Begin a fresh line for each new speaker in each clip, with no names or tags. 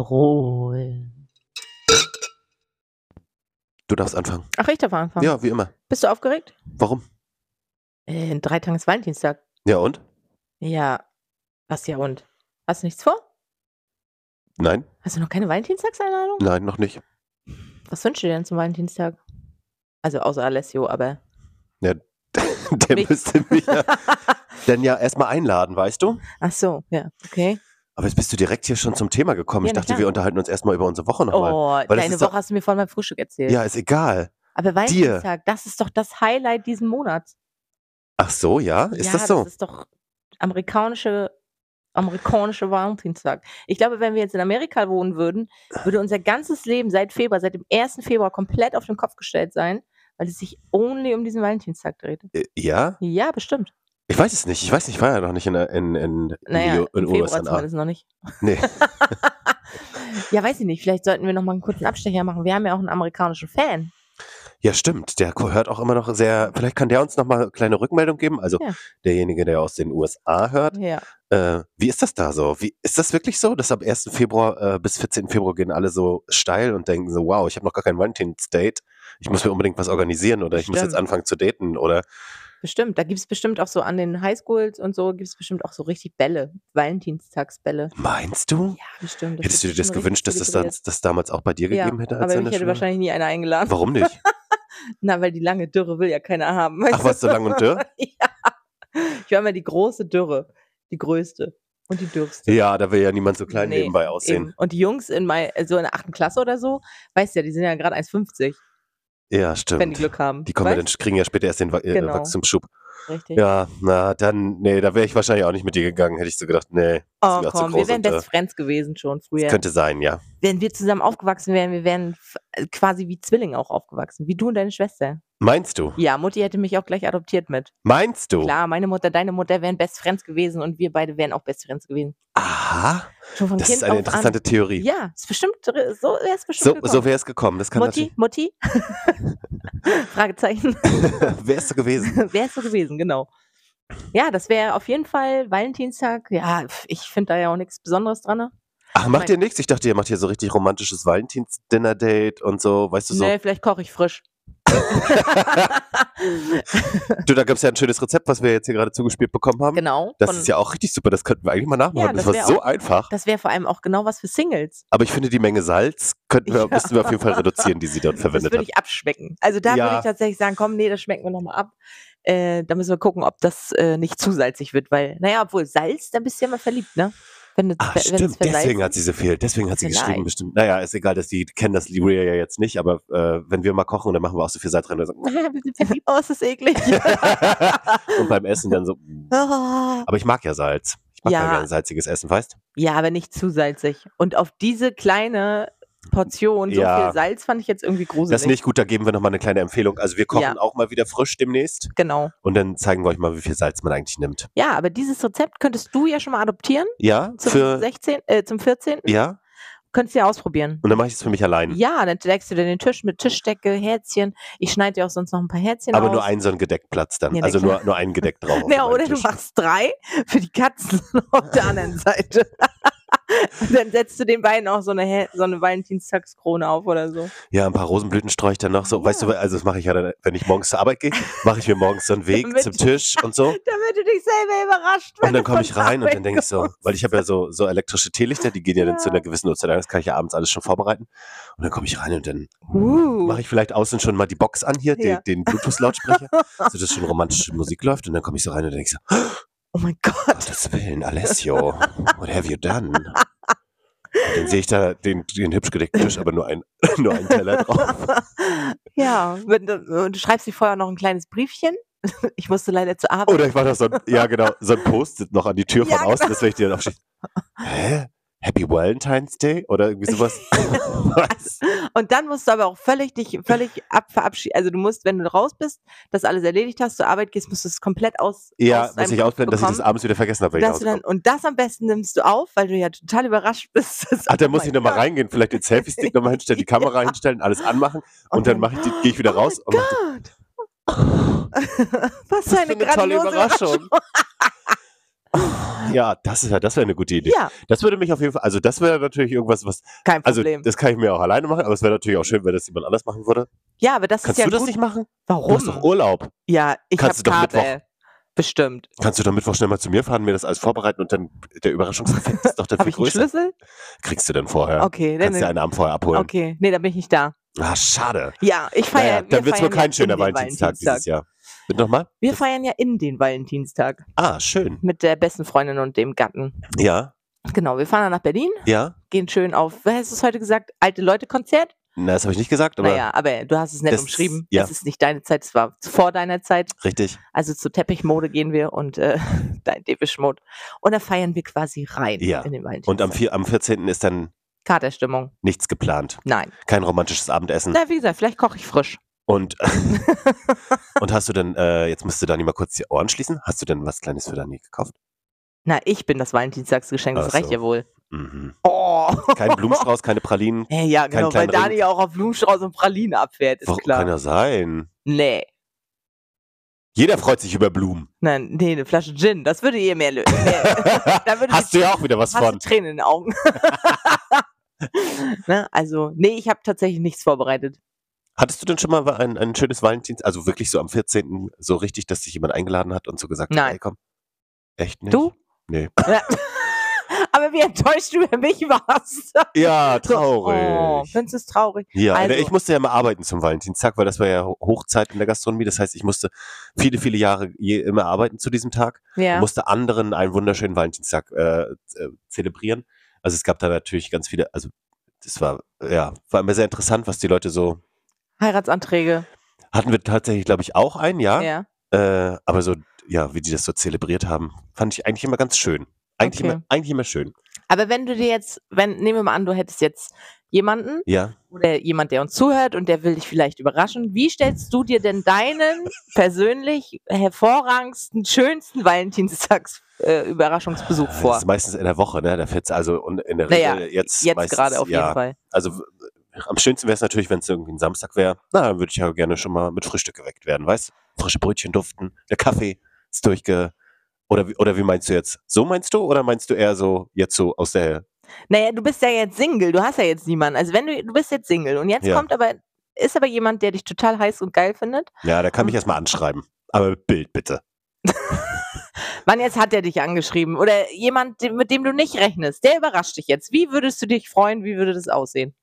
Rhabarberrollen.
Du darfst anfangen.
Ach, ich darf anfangen.
Ja, wie immer.
Bist du aufgeregt?
Warum?
Äh, in drei Tagen ist Valentinstag.
Ja und?
Ja, was ja und? Hast du nichts vor?
Nein,
Hast du noch keine Valentinstagseinladung?
nein, noch nicht.
Was wünschst du dir denn zum Valentinstag? Also außer Alessio, aber.
Der
Mich.
müsste mich ja, denn ja erstmal einladen, weißt du?
Ach so, ja, okay.
Aber jetzt bist du direkt hier schon zum Thema gekommen.
Ja,
ich
na
dachte,
klar.
wir unterhalten uns erstmal über unsere Woche nochmal.
Oh,
das
deine
ist doch-
Woche hast du mir vorhin beim Frühstück erzählt.
Ja, ist egal.
Aber
dir.
Valentinstag, das ist doch das Highlight diesen Monats.
Ach so, ja? Ist
ja,
das so?
Das ist doch amerikanische, amerikanische Valentinstag. Ich glaube, wenn wir jetzt in Amerika wohnen würden, würde unser ganzes Leben seit Februar, seit dem 1. Februar komplett auf den Kopf gestellt sein, weil es sich only um diesen Valentinstag dreht.
Äh, ja?
Ja, bestimmt.
Ich weiß es nicht. Ich weiß nicht, ich war ja noch nicht in, in, in,
Naja,
in, in
im Februar
USA.
zumindest noch nicht.
Nee.
Ja, weiß ich nicht. Vielleicht sollten wir noch mal einen kurzen Abstecher machen. Wir haben ja auch einen amerikanischen Fan.
Ja, stimmt. Der ko- hört auch immer noch sehr. Vielleicht kann der uns nochmal eine kleine Rückmeldung geben. Also
Ja.
derjenige, der aus den USA hört.
Ja.
Äh, wie ist das da so? Wie, ist das wirklich so, dass ab 1. Februar äh, bis 14. Februar gehen alle so steil und denken so: Wow, ich habe noch gar kein Valentine's-Date. Ich muss mir unbedingt was organisieren oder ich muss jetzt
Stimmt.
anfangen zu daten oder.
Bestimmt. Da gibt es bestimmt auch so an den Highschools und so, gibt es bestimmt auch so richtig Bälle. Valentinstagsbälle.
Meinst du?
Ja, bestimmt.
Hättest du dir
wird
das
bestimmt
gewünscht, dass
richtig
das,
zelebriert.
dann, das damals auch bei dir gegeben
ja,
hätte?
aber
in
mich
der
hätte
Schule?
wahrscheinlich nie einer eingeladen.
Warum nicht?
Na, weil die lange Dürre will ja keiner haben. weißt
Ach, warst du lang und dürr?
ja. Ich war immer die große Dürre, die größte und die dürfste.
Ja, da will ja niemand so klein
Nee,
nebenbei aussehen.
Eben. Und die Jungs in mein, so in der achten Klasse oder so, weißt ja, die sind ja gerade 1,50,
Ja, stimmt.
wenn die Glück haben.
Die kommen ja dann,
weißt?
kriegen ja später erst den Wa äh,
Genau.
Wachstumsschub.
Richtig.
Ja, na, dann, nee, da wäre ich wahrscheinlich auch nicht mit dir gegangen, hätte ich so gedacht, nee,
oh
mir auch zu
komm, wir
groß
wären
und, äh,
Best Friends gewesen schon früher.
das könnte sein, ja.
wenn wir zusammen aufgewachsen wären, wir wären f- äh, quasi wie Zwillinge auch aufgewachsen, wie du und deine Schwester.
Meinst du?
Ja, Mutti hätte mich auch gleich adoptiert mit.
Meinst du?
Klar, meine Mutter, deine Mutter wären Best Friends gewesen und wir beide wären auch Best Friends gewesen.
Aha,
Schon von
das
kind
ist eine
auf
interessante
an.
Theorie.
Ja, ist bestimmt, dr- so wäre es bestimmt.
so
gekommen.
so wäre es gekommen, das kann
Mutti, Mutti? Fragezeichen.
natürlich. wärst du gewesen.
Wärst du gewesen, genau. Ja, das wäre auf jeden Fall Valentinstag. Ja, pf, ich finde da ja auch nichts Besonderes dran. Ne?
Ach, macht
Nein.
ihr nichts? Ich dachte, ihr macht hier so richtig romantisches Valentins-Dinner-Date und so, weißt du so.
Nee, Ne, vielleicht koche ich frisch.
Du, da gab es ja ein schönes Rezept, was wir jetzt hier gerade zugespielt bekommen haben.
genau.
Das
von-
ist ja auch richtig super, das könnten wir eigentlich mal nachmachen.
Ja,
das,
das
war
wär
so einfach.
Das wäre vor allem auch genau was für Singles.
Aber ich finde, die Menge Salz könnten wir,
Ja.
müssten wir auf jeden Fall reduzieren, die sie dort
das
verwendet
würde
hat.
ich abschmecken. Also da würde
Ja.
ich tatsächlich sagen, komm, nee, das schmecken wir nochmal ab. Äh, da müssen wir gucken, ob das äh, nicht zu salzig wird, weil, naja, obwohl Salz, da bist du ja mal verliebt, ne? Wenn du,
Ah,
wenn
stimmt, deswegen hat
sie
sie so viel, deswegen hat sie geschrieben,
Vielleicht.
bestimmt. Naja, ist egal, dass die kennen das Liria ja jetzt nicht, aber äh, wenn wir mal kochen, dann machen wir auch so viel Salz rein. Und, so.
verliebt. Oh, ist das eklig.
und beim Essen dann so.
Ah.
Aber ich mag ja Salz. Ich mag ja,
Ja.
gerne salziges Essen, weißt du?
ja, aber nicht zu salzig. Und auf diese kleine Portion so
Ja.
viel Salz fand ich jetzt irgendwie gruselig.
Das ist nicht gut, da geben wir nochmal eine kleine Empfehlung. Also wir kochen
Ja.
auch mal wieder frisch demnächst
Genau.
und dann zeigen wir euch mal, wie viel Salz man eigentlich nimmt.
Ja, aber dieses Rezept könntest du ja schon mal adoptieren
Ja,
zum,
für.
16, äh, zum 14.
Ja,
Könntest du ja ausprobieren.
und dann mache ich es für mich allein.
Ja, dann deckst du dir den Tisch mit Tischdecke, Herzchen. Ich schneide dir auch sonst noch ein paar Herzchen
Aber
aus.
nur einen so einen Gedeckplatz dann.
genau. Ja, na
also
klar.
nur, nur einen gedeckt drauf. auf
Ja,
meinem
oder du
Tisch.
machst drei für die Katzen auf der anderen Seite. Und dann setzt du den beiden auch so eine, Hä- so eine Valentinstagskrone auf oder so.
Ja, ein paar Rosenblüten streue ich dann noch so. Weißt du, also das mache ich ja dann, wenn ich morgens zur Arbeit gehe, mache ich mir morgens so einen Weg
Mit-
zum Tisch und so.
Damit du dich selber überrascht
Und
wenn
dann
du
komme ich
von
rein und dann
Arbeit
denke ich so, weil ich habe ja so, so elektrische Teelichter, die gehen ja, dann zu
Ja.
einer gewissen Uhrzeit an, das kann ich ja abends alles schon vorbereiten. Und dann komme ich rein und dann
kommst. Uh,
mache ich vielleicht außen schon mal die Box an hier,
Ja.
den, den Bluetooth-Lautsprecher, sodass schon romantische Musik läuft. Und dann komme ich so rein und denke so, um
oh mein Gott.
Gottes Willen, Alessio, what have you done? Und dann sehe ich da den, den hübsch gedeckten Tisch, aber nur, ein, nur einen Teller drauf.
ja, wenn du, und du schreibst dir vorher noch ein kleines Briefchen. Ich musste leider zur Arbeit.
Oder ich mache noch so ein, ja genau, so ein Post-it noch an die Tür
Ja, genau.
von außen, das werde ich dir dann aufschieben. Hä? Happy Valentine's Day? Oder irgendwie sowas? Was?
Und dann musst du aber auch völlig dich völlig ab verabschieden. Also du musst, wenn du raus bist, das alles erledigt hast, zur Arbeit gehst, musst du es komplett aus.
Ja,
aus
muss
deinem
ich
Kopf
ausblenden, dass ich das
bekommen,
abends wieder vergessen habe, wenn ich
dass du
rauskomme.
dann, Und das am besten nimmst du auf, weil du ja total überrascht bist. dass-
Ach, dann
oh
Ah, muss ich
mein
nochmal
Gott.
reingehen, vielleicht den Selfie-Stick nochmal hinstellen, die Kamera hinstellen, alles anmachen und, dann mache ich die, gehe ich wieder
Oh
raus und mach
Was für
die-
eine, grandiose Überraschung.
Ja, das ist ja, das wäre eine gute Idee.
Ja,
Das würde mich auf jeden Fall, also das wäre natürlich irgendwas, was,
kein
also
Problem.
das kann ich mir auch alleine machen, aber es wäre natürlich auch schön, wenn das jemand anders machen würde.
ja, aber das
Kannst
ist ja
du das
gut.
nicht machen? Du hast doch
Warum?
Urlaub.
Ja, ich
Kannst
habe
du doch Mittwoch-
Kabel. Bestimmt.
Kannst du doch Mittwoch schnell mal zu mir fahren, mir das alles vorbereiten und dann der Überraschungseffekt ist doch dann
Habe
viel
ich einen
größer.
Schlüssel?
Kriegst du dann vorher.
Okay, dann,
Kannst dir einen Abend vorher abholen.
okay, nee, dann bin ich nicht da.
Ah, schade.
Ja, ich feiere.
Naja, dann
wir
wird es wohl
feiern
kein
ja
schöner
in den
Valentinstag dieses Jahr. Bitte nochmal?
Wir feiern ja in den Valentinstag
Ah, schön.
mit der besten Freundin und dem Gatten.
Ja,
Genau, wir fahren dann nach Berlin,
ja.
gehen schön auf, was hast du es heute gesagt? Alte Leute-Konzert?
Na, das habe ich nicht gesagt, aber
Naja, aber du hast es nett
Das-
umschrieben.
ja.
Es ist nicht deine Zeit, es war vor deiner Zeit.
richtig.
Also zur Teppichmode gehen wir und äh, dein Teppichmode. Und da feiern wir quasi rein
Ja.
in den Valentinstag.
Und am, vier, am 14. ist dann
Katerstimmung.
nichts geplant.
Nein.
Kein romantisches Abendessen.
Na, wie gesagt, vielleicht koche ich frisch.
Und, und hast du denn, äh, jetzt musst du Dani mal kurz die Ohren schließen, hast du denn was Kleines für Dani gekauft?
Na, ich bin das Valentinstagsgeschenk, das
Ach
reicht
so.
ja wohl.
Mhm.
Oh.
Kein Blumenstrauß, keine Pralinen.
Hey, ja,
Keinen
genau, weil
kleinen Ring.
Dani auch auf Blumenstrauß und Pralinen abfährt, ist
Wo-
klar.
Kann ja sein.
Nee.
Jeder freut sich über Blumen.
Nein, nee, eine Flasche Gin, das würde ihr mehr lösen. Nee, da würde
hast
sie-
du ja auch wieder was
hast du
von.
Tränen in den Augen. ne? Also, nee, ich habe tatsächlich nichts vorbereitet.
Hattest du denn schon mal ein, ein schönes Valentins, also wirklich so am 14. so richtig, dass dich jemand eingeladen hat und so gesagt hat,
Nein.
hey, komm. Echt nicht?
Du?
Nee.
Ja. Aber wie enttäuscht du über mich warst.
Ja,
So, Oh,
traurig.
findest du es traurig?
ja, ne,
also-
ich musste ja mal arbeiten zum Valentinstag, weil das war ja Ho- Hochzeit in der Gastronomie. Das heißt, ich musste viele, viele Jahre je, immer arbeiten zu diesem Tag.
Ja.
musste anderen einen wunderschönen Valentinstag äh, äh, zelebrieren. Also es gab da natürlich ganz viele, also das war, ja, war immer sehr interessant, was die Leute so.
Heiratsanträge.
Hatten wir tatsächlich, glaube ich, auch einen, ja.
Ja.
Äh, aber so, ja, wie die das so zelebriert haben, fand ich eigentlich immer ganz schön. Eigentlich,
Okay.
immer, eigentlich immer schön.
Aber wenn du dir jetzt, wenn, nehmen wir mal an, du hättest jetzt jemanden
Ja.
oder jemand, der uns zuhört und der will dich vielleicht überraschen. Wie stellst du dir denn deinen persönlich hervorragendsten, schönsten Valentinstags-Überraschungsbesuch
Das
vor?
ist meistens in der Woche, ne? Da fällt's also und in der
Naja,
Regel jetzt.
Jetzt
meistens,
gerade auf
ja,
jeden Fall.
Also w- am schönsten wäre es natürlich, wenn es irgendwie ein Samstag wäre. Na, dann würde ich ja gerne schon mal mit Frühstück geweckt werden, weißt Frische Brötchen duften, der Kaffee ist durchge. Oder, wie- oder wie meinst du jetzt? So meinst du? Oder meinst du eher so jetzt so aus der.
Naja, du bist ja jetzt Single, du hast ja jetzt niemanden. Also wenn du, du bist jetzt Single und jetzt
Ja.
kommt aber, ist aber jemand, der dich total heiß und geil findet.
Ja, da kann mich
Ähm.
erstmal anschreiben. Aber mit Bild bitte.
Wann jetzt hat er dich angeschrieben? Oder jemand, dem- mit dem du nicht rechnest, der überrascht dich jetzt. Wie würdest du dich freuen? Wie würde das aussehen?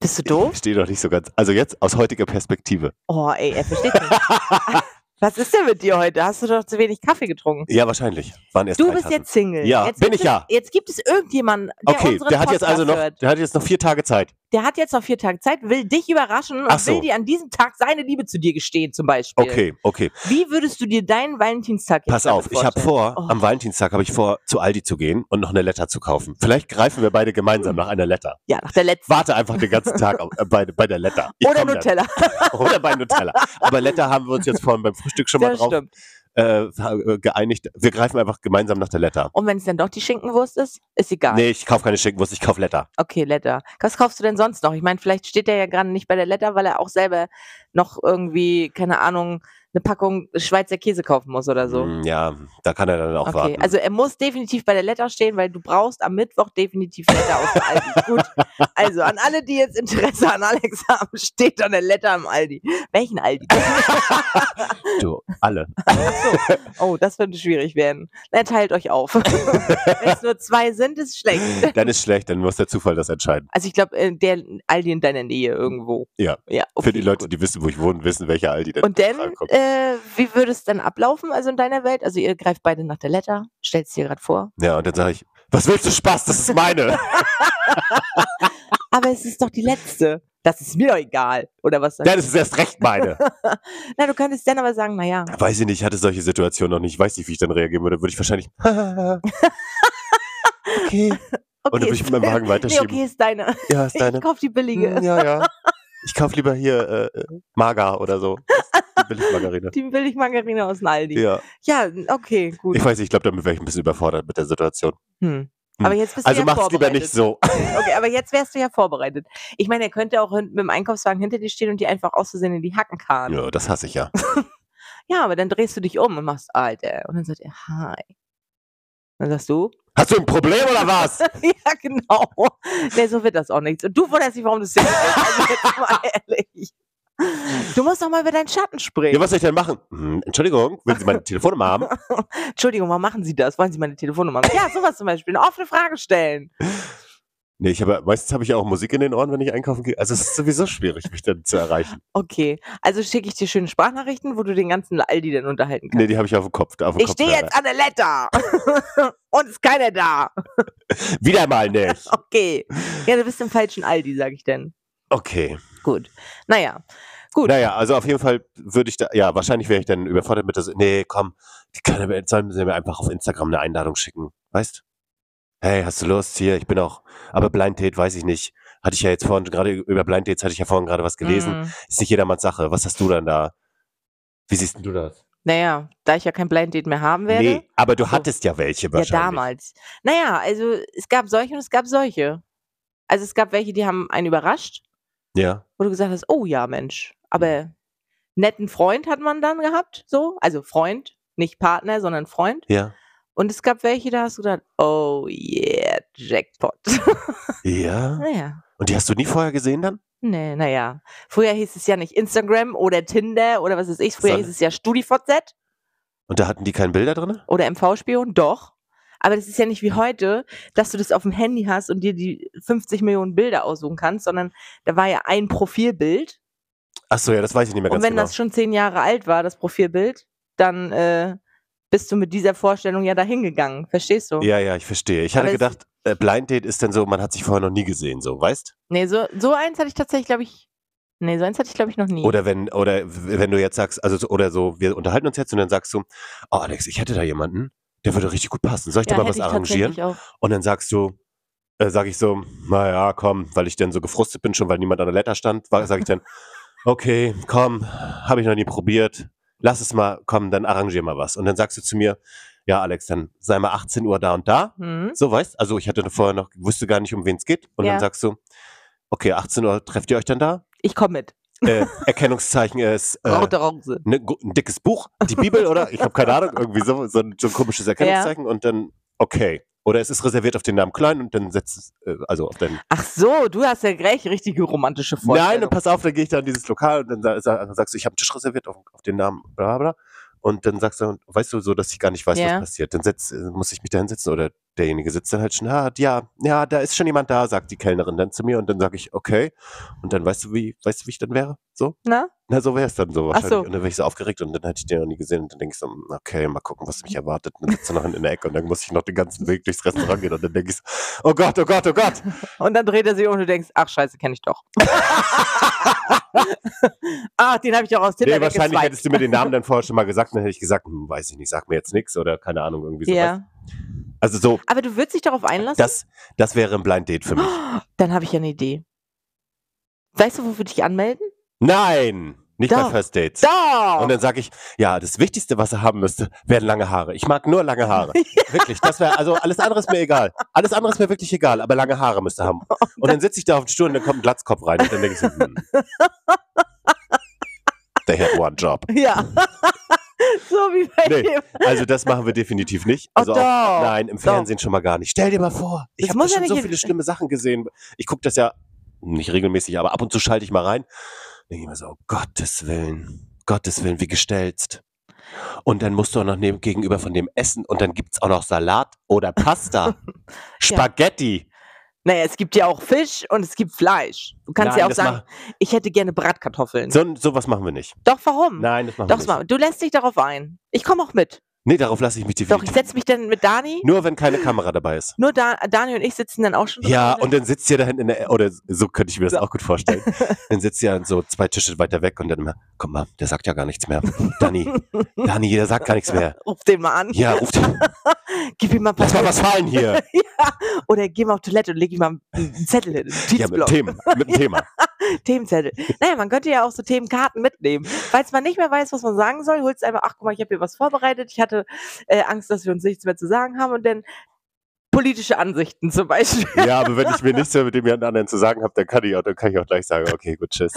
Bist du
Ich
doof?
verstehe doch nicht so ganz. Also jetzt aus heutiger Perspektive.
Oh, ey, er versteht nicht. Was ist denn mit dir heute? Hast du doch zu wenig Kaffee getrunken?
ja, wahrscheinlich. Waren erst
Du
drei
bist
Tassen.
jetzt Single.
Ja,
jetzt
bin
gibt
ich ja.
Es, jetzt gibt es irgendjemanden, der
Okay,
unseren
der hat jetzt
Podcast
also noch,
hört.
der hat jetzt noch vier Tage Zeit.
Der hat jetzt noch vier Tage Zeit, will dich überraschen und
Ach so.
will dir an diesem Tag seine Liebe zu dir gestehen, zum Beispiel.
Okay, okay.
Wie würdest du dir deinen Valentinstag jetzt
Pass
damit
auf, ich habe
vorstellen?
vor,
Oh.
am Valentinstag habe ich vor, zu Aldi zu gehen und noch eine Letter zu kaufen. Vielleicht greifen wir beide
Hm.
gemeinsam nach einer Letter.
Ja, nach der letzten.
Warte einfach den ganzen Tag auf, äh, bei, bei der Letter. Ich
Oder
komm dann.
Nutella.
Oder bei Nutella. Aber Letter haben wir uns jetzt vorhin beim Frühstück schon mal
Das
drauf
stimmt.
äh, ha- äh, geeinigt. Wir greifen einfach gemeinsam nach der Letter.
Und wenn es dann doch die Schinkenwurst ist, ist egal.
Nee, ich kauf keine Schinkenwurst, ich kauf Letter.
Okay, Letter. Was kaufst du denn sonst noch? Ich meine, vielleicht steht er ja gerade nicht bei der Letter, weil er auch selber noch irgendwie, keine Ahnung, eine Packung Schweizer Käse kaufen muss oder so.
Hm, ja, da kann er dann auch
Also? okay,
warten.
also er muss definitiv bei der Letter stehen, weil du brauchst am Mittwoch definitiv Letter aus dem Aldi. Gut, also an alle, die jetzt Interesse an Alex haben, steht an der Letter im Aldi. Welchen Aldi?
du, alle.
Achso. Oh, das wird schwierig werden. Na, teilt euch auf. Wenn es nur zwei sind, ist schlecht.
Dann ist schlecht, dann muss der Zufall das entscheiden.
Also ich glaube, der Aldi in deiner Nähe irgendwo.
Ja.
Ja,
Für die Leute, die wissen, wo ich wohne, wissen, welcher Aldi denn
Und dann,
reinkommt.
äh, wie würde es dann ablaufen, also in deiner Welt? Also ihr greift beide nach der Letter, stellst dir gerade vor.
Ja, und dann sage ich, was willst du Spaß? Das ist meine.
Aber es ist doch die letzte. Das ist mir doch egal. Oder was sagst
Nein, das ist erst recht meine.
du? Na, du könntest dann aber sagen, naja,
Weiß ich nicht, ich hatte solche Situationen noch nicht. Ich weiß nicht, wie ich dann reagieren würde. Würde ich wahrscheinlich. okay. Und dann
okay,
würde ich
ist,
mit meinem Wagen
nee,
weiterschieben.
okay, ist deine.
Ja, ist deine.
Ich kauf die billige.
Hm, ja, ja. Ich kaufe lieber hier äh, äh, Maga oder so. Die Billigmargarine.
Die billig Margarine aus dem Aldi.
Ja.
Ja, okay, gut.
Ich weiß nicht, ich glaube, damit wäre ich ein bisschen überfordert mit der Situation.
Hm. Aber jetzt bist
Also
du ja
mach's lieber
vorbereitet.
nicht so.
Okay, aber jetzt wärst du ja vorbereitet. Ich meine, er könnte auch hin- mit dem Einkaufswagen hinter dir stehen und dir einfach aus Versehen in die Hacken karren.
Ja, das hasse ich ja.
Ja, aber dann drehst du dich um und machst, Alter. Und dann sagt er, hi. Dann sagst du,
Hast du ein Problem oder was?
ja, genau. Nee, so wird das auch nichts. Und du wunderst dich, warum du Single bist. Also jetzt mal ehrlich. Du musst doch mal über deinen Schatten springen.
ja, was soll ich denn machen? Hm, Entschuldigung, will Sie meine Telefonnummer haben?
Entschuldigung, warum machen Sie das? Wollen Sie meine Telefonnummer? Ja, sowas zum Beispiel. Eine offene Frage stellen.
Nee, ich habe, meistens habe ich ja auch Musik in den Ohren, wenn ich einkaufen gehe. Also es ist sowieso schwierig, mich dann zu erreichen.
Okay, also schicke ich dir schöne Sprachnachrichten, wo du den ganzen Aldi dann unterhalten kannst.
Nee, die habe ich auf dem Kopf. Auf dem
ich stehe
Kopfhörer.
jetzt an der Letter und ist keiner da.
Wieder mal nicht.
Okay. Ja, du bist im falschen Aldi, sag ich denn.
Okay.
Gut. Naja, Gut.
Naja, also auf jeden Fall würde ich da, ja, wahrscheinlich wäre ich dann überfordert mit das, nee, komm, die können mir, sollen sie mir einfach auf Instagram eine Einladung schicken, weißt? Hey, hast du Lust? Hier, ich bin auch, aber Blind Date weiß ich nicht. Hatte ich ja jetzt vorhin gerade, über Blind Dates hatte ich ja vorhin gerade was gelesen.
Mm,
Ist nicht jedermanns Sache. Was hast du dann da? Wie siehst denn du das?
naja, da ich ja kein Blind Date mehr haben werde.
Nee, aber du
Ach so.
hattest ja welche
Ja,
wahrscheinlich.
damals. Naja, also es gab solche und es gab solche. Also es gab welche, die haben einen überrascht,
Ja.
wo du gesagt hast, oh ja, Mensch,
Mhm.
aber netten Freund hat man dann gehabt, so. Also Freund, nicht Partner, sondern Freund.
Ja.
Und es gab welche, da hast du gedacht, oh yeah, Jackpot.
Ja.
naja.
Und die hast du nie vorher gesehen dann?
Nee, naja. Früher hieß es ja nicht Instagram oder Tinder oder was weiß ich. Früher
Sondern-
hieß es ja StudiVZ
Und da hatten die keine Bilder drin?
oder MV-Spion, doch. Aber das ist ja nicht wie heute, dass du das auf dem Handy hast und dir die 50 Millionen Bilder aussuchen kannst, sondern da war ja ein Profilbild.
Ach so, ja, das weiß ich nicht mehr
Und
ganz
wenn
genau.
das schon zehn Jahre alt war, das Profilbild, dann äh, bist du mit dieser Vorstellung ja dahin gegangen. Verstehst du?
Ja, ja, ich verstehe. Ich hatte
Aber es-
gedacht, äh, Blind Date ist dann so, man hat sich vorher noch nie gesehen, so, weißt?
Nee, so, so eins hatte ich tatsächlich, glaube ich. Nee, so eins hatte ich, glaube ich, noch nie.
Oder wenn, oder w- wenn du jetzt sagst, also so, oder so, wir unterhalten uns jetzt und dann sagst du, oh Alex, ich hätte da jemanden, der würde richtig gut passen. Soll ich
ja,
dir mal
hätte
was
ich
arrangieren?
tatsächlich auch.
Und dann sagst du, äh, sag ich so, naja, komm, weil ich dann so gefrustet bin, schon weil niemand an der Letter stand, sage ich dann, okay, komm, habe ich noch nie probiert, lass es mal, komm, dann arrangier mal was. Und dann sagst du zu mir, ja, Alex, dann sei mal 18 Uhr da und da.
Hm?
So, weißt also ich hatte vorher noch, wusste gar nicht, um wen es geht. Und
Ja.
dann sagst du, okay, 18 Uhr trefft ihr euch dann da?
Ich komme mit.
Äh, Erkennungszeichen ist äh,
Rote Rose.
ne, gu- ein dickes Buch, die Bibel oder ich habe keine Ahnung, irgendwie so, so, ein, so ein komisches Erkennungszeichen und dann okay. Oder es ist reserviert auf den Namen Klein und dann setzt es, äh, also auf den.
Ach so, du hast ja gleich richtige romantische
Nein,
Vorstellung.
und pass auf, dann gehe ich da in dieses Lokal und dann sa- sa- dann sagst du, ich habe einen Tisch reserviert auf, auf den Namen, bla bla. Und dann sagst du, weißt du, so, dass ich gar nicht weiß,
Ja.
was passiert. Dann setz, äh, muss ich mich da hinsetzen oder derjenige sitzt dann halt schon, ah, ja, ja, da ist schon jemand da, sagt die Kellnerin dann zu mir und dann sage ich, okay. Und dann weißt du, wie, weißt du, wie ich dann wäre? So?
Na?
Na, so wäre es dann so wahrscheinlich.
so.
Und dann wäre ich so aufgeregt und dann hätte ich den noch nie gesehen und dann denke ich so, hm, okay, mal gucken, was mich erwartet. Und dann sitzt er noch in der Ecke und dann muss ich noch den ganzen Weg durchs Restaurant gehen und dann denke ich so, oh Gott, oh Gott, oh Gott.
Und dann dreht er sich um und du denkst, ach scheiße, kenne ich doch. ach, den habe ich auch aus Tinder
Nee, wahrscheinlich
weggeswiped.
hättest du mir den Namen dann vorher schon mal gesagt und dann hätte ich gesagt, hm, weiß ich nicht, sag mir jetzt nichts oder keine Ahnung, irgendwie so. weißt
Ja.
du? Also so,
Aber du würdest dich darauf einlassen?
das, das wäre ein Blind Date für mich.
dann habe ich ja eine Idee. Weißt du, wofür dich anmelden?
Nein, nicht bei
Doch.
First Dates.
Da!
Und dann sage ich, ja, das Wichtigste, was er haben müsste, wären lange Haare. Ich mag nur lange Haare. Wirklich, das wäre, also alles andere ist mir egal. Alles andere ist mir wirklich egal, aber lange Haare müsste er haben.
Oh,
Und dann sitze ich da auf dem Stuhl und dann kommt ein Glatzkopf rein und dann denke ich so, hm. They had one job.
ja. so wie bei
Nee,
dem.
Also das machen wir definitiv nicht. Also
oh, doch.
auch, nein, im Fernsehen schon mal gar nicht. Stell dir mal vor, ich
Das
habe
muss ja
schon so
nicht-
viele schlimme Sachen gesehen. Ich gucke das ja nicht regelmäßig, aber ab und zu schalte ich mal rein. Denke ich mir so, oh, Gottes Willen, Gottes Willen, wie gestelzt. Und dann musst du auch noch neben, gegenüber von dem essen und dann gibt's auch noch Salat oder Pasta. Spaghetti.
Naja, es gibt ja auch Fisch und es gibt Fleisch. Du kannst
Nein,
ja auch
das
sagen, ich hätte gerne Bratkartoffeln.
So, sowas machen wir nicht.
Doch, warum?
Nein, das machen
Hm. Doch,
wir nicht.
mal. du lässt dich darauf ein. Ich komme auch mit.
Nee, darauf lasse ich mich
Doch, ich
definitiv.
setze mich dann mit Dani.
Nur wenn keine Kamera dabei ist.
Nur da, Dani und ich sitzen dann auch schon.
Ja,
drin.
und dann sitzt ihr da hinten in der, oder so könnte ich mir das auch gut vorstellen. Dann sitzt ihr dann so zwei Tische weiter weg und dann immer, komm mal, der sagt ja gar nichts mehr. Dani, Dani, der sagt gar nichts mehr.
ruf den mal an.
Ja, ruft,
Gib ihm mal ein paar
lass mal was fallen hier.
Oder geh mal auf Toilette und leg ihm mal einen Zettel hin. Einen
Ja, mit dem
Notizblock.
Thema, mit dem Thema.
Themenzettel. Naja, man könnte ja auch so Themenkarten mitnehmen. Falls man nicht mehr weiß, was man sagen soll, holst du einfach, ach guck mal, ich habe hier was vorbereitet. Ich hatte äh, Angst, dass wir uns nichts mehr zu sagen haben. Und dann politische Ansichten zum Beispiel.
Ja, aber wenn ich mir nichts mehr mit dem anderen zu sagen habe, dann kann ich auch, dann kann ich auch gleich sagen, okay, gut, tschüss.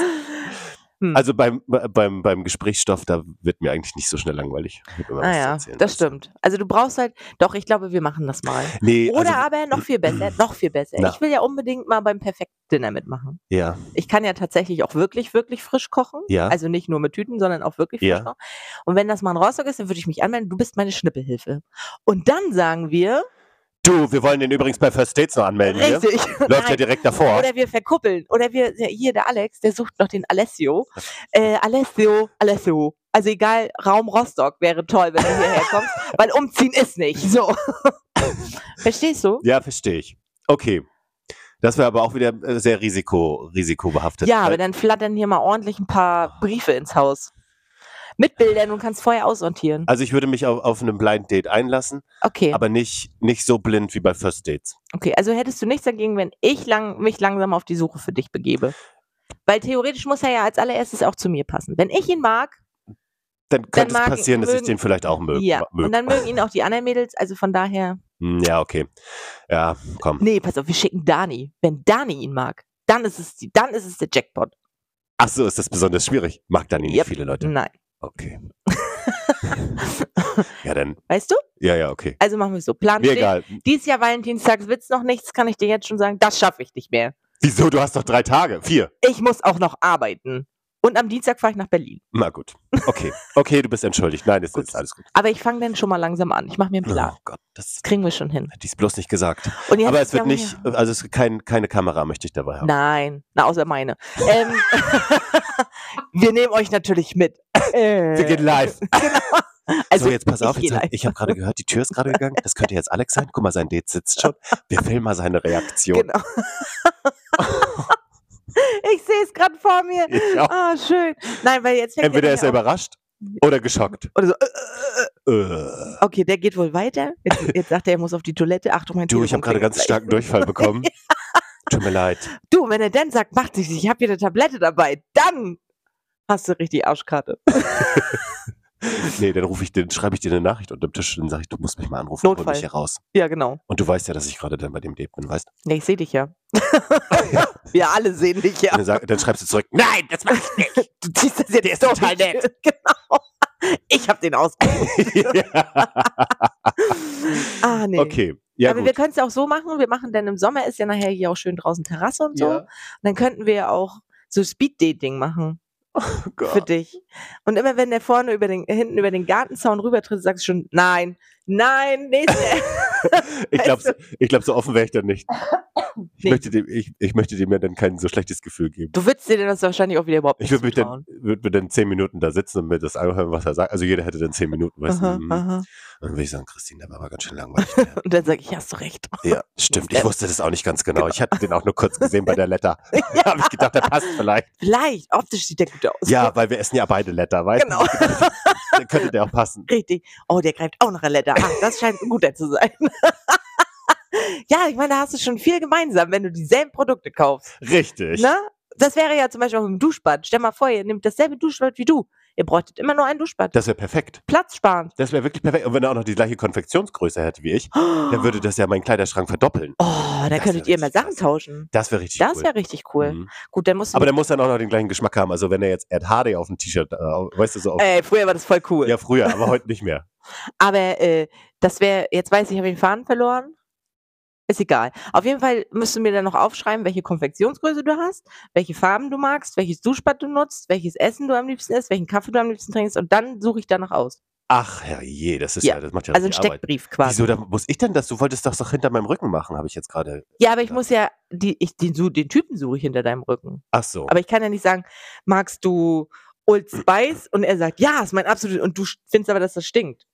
Hm.
Also beim, beim, beim Gesprächsstoff, da wird mir eigentlich nicht so schnell langweilig. Ich hab immer was
ah
zu
ja,
erzählen.
das stimmt. Also du brauchst halt, doch, ich glaube, wir machen das mal.
Nee,
Oder
also,
aber noch viel besser, noch viel besser.
Na.
Ich will ja unbedingt mal beim Perfekt Dinner mitmachen.
ja,
Ich kann ja tatsächlich auch wirklich, wirklich frisch kochen.
ja.
Also nicht nur mit Tüten, sondern auch wirklich frisch
Ja.
kochen. Und wenn das mal in Rostock ist, dann würde ich mich anmelden, du bist meine Schnippelhilfe. Und dann sagen wir,
du, wir wollen den übrigens bei First Dates noch anmelden. Hier.
richtig.
Läuft ja
Nein.
direkt davor.
Oder wir verkuppeln. Oder wir, ja, hier der Alex, der sucht noch den Alessio. Äh, Alessio, Alessio. Also egal, Raum Rostock wäre toll, wenn du hierher kommst, weil umziehen ist nicht. So. Verstehst du?
Ja, verstehe ich. Okay. Das wäre aber auch wieder äh, sehr risiko, risikobehaftet.
Ja, aber
Weil-
dann flattern hier mal ordentlich ein paar Briefe ins Haus. Mit Bildern und kannst vorher aussortieren.
also ich würde mich auf, auf einem Blind Date einlassen,
Okay,
aber nicht, nicht so blind wie bei First Dates.
okay. Also hättest du nichts dagegen, wenn ich lang, mich langsam auf die Suche für dich begebe. Weil theoretisch muss er ja als allererstes auch zu mir passen. Wenn ich ihn mag,
Dann könnte
mag-
es passieren, dass ich
mögen-
den vielleicht auch möge.
ja.
möge.
Und dann mögen ihn auch die anderen Mädels. Also von daher.
Hm, ja, okay. Ja, komm.
Nee, pass auf, wir schicken Dani. Wenn Dani ihn mag, dann ist es, die, dann ist es der Jackpot.
Ach so, ist das besonders schwierig. Mag dann nicht
Yep. Mhm.
viele Leute.
Nein.
Okay. ja, dann.
Weißt du?
Ja, ja, okay.
Also machen wir es so. Plan
Mir
steht.
egal.
Dieses Jahr Valentinstag wird's noch nichts, kann ich dir jetzt schon sagen. Das schaffe ich nicht mehr.
Wieso? Du hast doch drei Tage. Vier.
ich muss auch noch arbeiten. Und am Dienstag fahre ich nach Berlin.
Na gut. Okay. Okay, du bist entschuldigt. Nein, ist,
Gut.
ist alles gut.
Aber ich fange dann schon mal langsam an. Ich mache mir einen Plan.
Oh Gott, das
Das kriegen wir schon hin.
hätte ich bloß nicht gesagt.
Und jetzt
Aber es wird
sagen wir-
nicht, also es kein, keine Kamera möchte ich dabei haben.
Nein, na, außer meine. ähm, wir nehmen euch natürlich mit.
Wir gehen live.
Also,
so, jetzt pass
ich
auf,
geh
jetzt hab,
live.
ich habe gerade gehört, die Tür ist gerade gegangen. Das könnte jetzt Alex sein. Guck mal, sein Date sitzt schon. Wir filmen mal seine Reaktion.
genau. ich sehe es gerade vor mir.
Ich auch.
Ah, schön. Nein, weil jetzt fängt
Entweder
der
er ist er
ja genau. auch-
überrascht oder geschockt.
oder so. äh, äh, äh.
Äh.
Okay, der geht wohl weiter. Jetzt, jetzt sagt er, er muss auf die Toilette. Achtung, mein
Du, ich
Telefon
habe gerade
klingelt
ganz
gleich.
starken Durchfall bekommen. Tut mir leid.
Du, wenn er dann sagt, macht sich, ich habe hier eine Tablette dabei, dann hast du richtig Arschkarte.
Nee, dann rufe ich den, schreibe ich dir eine Nachricht unter dem Tisch und sage ich, du musst mich mal anrufen, hol
Notfall.
mich hier raus.
Ja, genau.
Und du weißt ja, dass ich gerade dann bei dem Date bin, weißt
Ja, ich sehe dich ja. Wir alle sehen dich
du? Und
ja.
Dann, sag, dann schreibst du zurück, nein, das mach ich nicht.
Du ziehst das ja
Der ist total nett.
Genau. Ich habe den aus.
ja.
Ah, nee.
Okay, ja
Aber
gut.
wir können es auch so machen. Wir machen dann im Sommer, ist ja nachher hier auch schön draußen Terrasse und so.
Ja.
Und dann könnten wir ja auch so Speed-Dating machen
Oh
für
Gott.
dich. Und immer wenn der vorne über den, hinten über den Gartenzaun rübertritt, sagst du schon, nein, nein, nächste.
Ich glaube, ich glaub, so offen wäre ich dann nicht. Ich,
Nee.
möchte dem, ich, ich möchte dem ja dann kein so schlechtes Gefühl geben.
Du würdest dir das wahrscheinlich auch wieder überhaupt
Ich
nicht
würde mich
zutrauen.
dann, würd mir dann zehn Minuten da sitzen und mir das anhören, was er sagt. Also jeder hätte dann zehn Minuten, weißt
Aha,
du. mhm.
aha.
Dann würde ich sagen, Christine, der war aber ganz schön langweilig. der.
Und dann sage ich, hast du recht.
ja, stimmt. Ich wusste das auch nicht ganz genau. Ich hatte den auch nur kurz gesehen bei der Letter. Da habe ich gedacht, der passt vielleicht.
Vielleicht, optisch sieht der gut aus.
Ja, weil wir essen ja beide Letter, weißt
Genau,
du? Dann könnte der auch passen.
richtig. Oh, der greift auch nach der Letter. Ach, das scheint ein guter zu sein. ja, ich meine, da hast du schon viel gemeinsam, wenn du dieselben Produkte kaufst.
Richtig.
Ne? Das wäre ja zum Beispiel auch mit dem Duschbad. Stell mal vor, ihr nehmt dasselbe Duschbad wie du. Ihr bräuchtet immer nur ein Duschbad.
Das wäre perfekt.
Platz sparen.
Das wäre wirklich perfekt. Und wenn er auch noch die gleiche Konfektionsgröße hätte wie ich, dann würde das ja meinen Kleiderschrank verdoppeln.
Oh, da
Das
könntet
wär
ihr mal
richtig
Sachen
klasse.
tauschen.
Das wäre richtig
Das
cool.
wäre richtig cool.
Mhm.
Gut, dann musst du.
Aber der muss dann auch noch den gleichen Geschmack haben. Also wenn er jetzt Ed Hardy auf dem T-Shirt, äh, weißt du, so auf,
Ey, früher war das voll cool.
ja früher, aber heute nicht mehr.
Aber äh, das wäre, jetzt weiß ich, habe ich den Faden verloren. Ist egal. Auf jeden Fall müsst du mir dann noch aufschreiben, welche Konfektionsgröße du hast, welche Farben du magst, welches Duschbad du nutzt, welches Essen du am liebsten isst, welchen Kaffee du am liebsten trinkst und dann suche ich danach aus.
Ach herrje, das ist ja,
Ja,
das macht ja
Also ein
richtig Arbeit.
Steckbrief quasi.
Wieso da muss ich denn das? Du wolltest das doch hinter meinem Rücken machen, habe ich jetzt gerade.
Ja, aber ich
Ja.
muss ja, die, ich, den, su- den Typen suche ich hinter deinem Rücken.
Ach so.
Aber ich kann ja nicht sagen, magst du Old Spice? Und er sagt, ja, ist mein absolut. Und du sch- findest aber, dass das stinkt.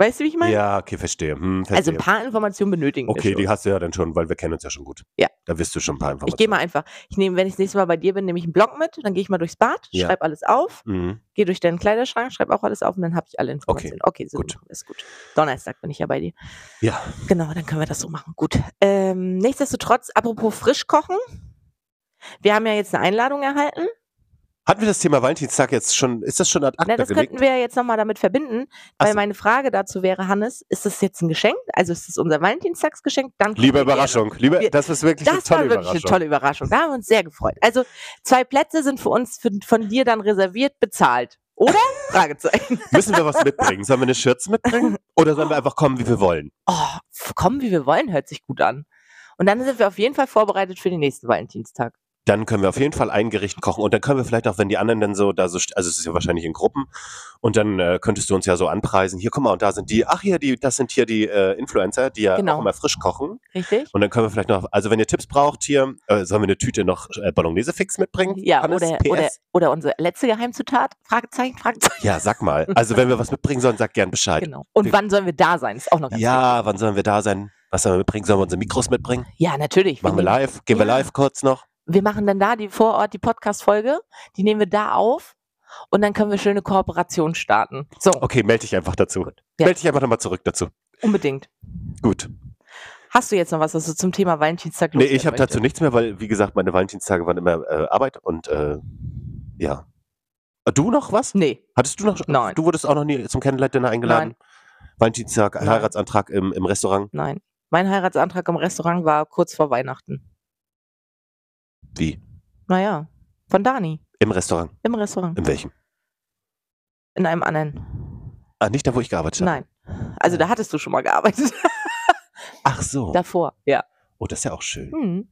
Weißt du, wie ich meine?
ja, okay, verstehe. Hm,
also
verstehe.
ein paar Informationen benötigen wir
okay,
schon.
die hast du ja dann schon, weil wir kennen uns ja schon gut.
Ja.
Da wirst du schon ein paar Informationen.
Ich gehe mal einfach. Ich nehme, wenn ich das nächste Mal bei dir bin, nehme ich einen Block mit, dann gehe ich mal durchs Bad,
Ja.
schreibe alles auf,
Mhm.
gehe durch deinen Kleiderschrank, schreibe auch alles auf und dann habe ich alle Informationen. Okay, so
gut.
gut. ist gut. Donnerstag bin ich ja bei dir.
Ja.
Genau, dann können wir das so machen. Gut. Ähm, nichtsdestotrotz, apropos frisch kochen. Wir haben ja jetzt eine Einladung erhalten
Hatten wir das Thema Valentinstag jetzt schon? Ist das schon ad acta
Na, Ne, das
gelegt?
könnten wir ja jetzt nochmal damit verbinden,
Ach
weil
so.
meine Frage dazu wäre, Hannes, ist das jetzt ein Geschenk? Also ist das unser Valentinstagsgeschenk? Dann kommt
Liebe
ihr gerne.
Überraschung. Liebe,
Wir-
das ist wirklich eine
Das
tolle
war wirklich eine
Überraschung.
tolle Überraschung. Da haben wir uns sehr gefreut. Also zwei Plätze sind für uns für, von dir dann reserviert bezahlt, oder? Fragezeichen.
Müssen wir was mitbringen? Sollen wir eine Schürze mitbringen? Oder sollen wir einfach kommen, wie wir wollen?
Oh, komm, wie wir wollen, hört sich gut an. Und dann sind wir auf jeden Fall vorbereitet für den nächsten Valentinstag.
Dann können wir auf jeden Fall ein Gericht kochen. Und dann können wir vielleicht auch, wenn die anderen dann so da so, st- also es ist ja wahrscheinlich in Gruppen, und dann äh, könntest du uns ja so anpreisen, hier, guck mal, und da sind die, ach hier, die, das sind hier die äh, Influencer, die ja auch
Genau.
immer frisch kochen.
Richtig?
Und dann können wir vielleicht noch, also wenn ihr Tipps braucht hier, äh, sollen wir eine Tüte noch äh, Bolognese fix mitbringen?
Ja,
Hannes?
oder,
PS?
oder, oder unsere letzte Geheimzutat? Fragezeichen, Fragezeichen.
Ja, sag mal. Also wenn wir was mitbringen sollen, sag gern Bescheid.
Genau. Und wann sollen wir da sein? Ist auch noch ganz
Ja, wann sollen wir da sein? Was sollen wir mitbringen? Sollen wir unsere Mikros mitbringen?
wichtig. Ja, natürlich.
Machen wir
nehmen-
live? Gehen wir
Ja.
live kurz noch?
wir machen dann da die vor Ort die Podcast-Folge, die nehmen wir da auf und dann können wir schöne Kooperation starten. So,
Okay, melde dich einfach dazu.
Ja.
Melde dich einfach nochmal zurück dazu.
unbedingt.
Gut.
Hast du jetzt noch was, was du zum Thema Valentinstag
Nee,
loswerden
ich habe dazu
möchtest?
nichts mehr, weil, wie gesagt, meine Valentinstage waren immer äh, Arbeit und äh, ja. Äh, Du noch was?
Nee,
Hattest du noch?
Hm. Nein.
Du wurdest auch noch nie zum Candlelight-Dinner eingeladen? Valentinstag,
Nein.
Heiratsantrag im, im Restaurant.
nein. Mein Heiratsantrag im Restaurant war kurz vor Weihnachten.
Wie?
Naja, von Dani.
Im Restaurant.
Im Restaurant.
In welchem?
In einem anderen.
Ah, nicht da, wo ich gearbeitet habe.
Nein. Also da hattest du schon mal gearbeitet.
Ach so.
Davor, ja.
Oh, das ist ja auch schön.
Hm.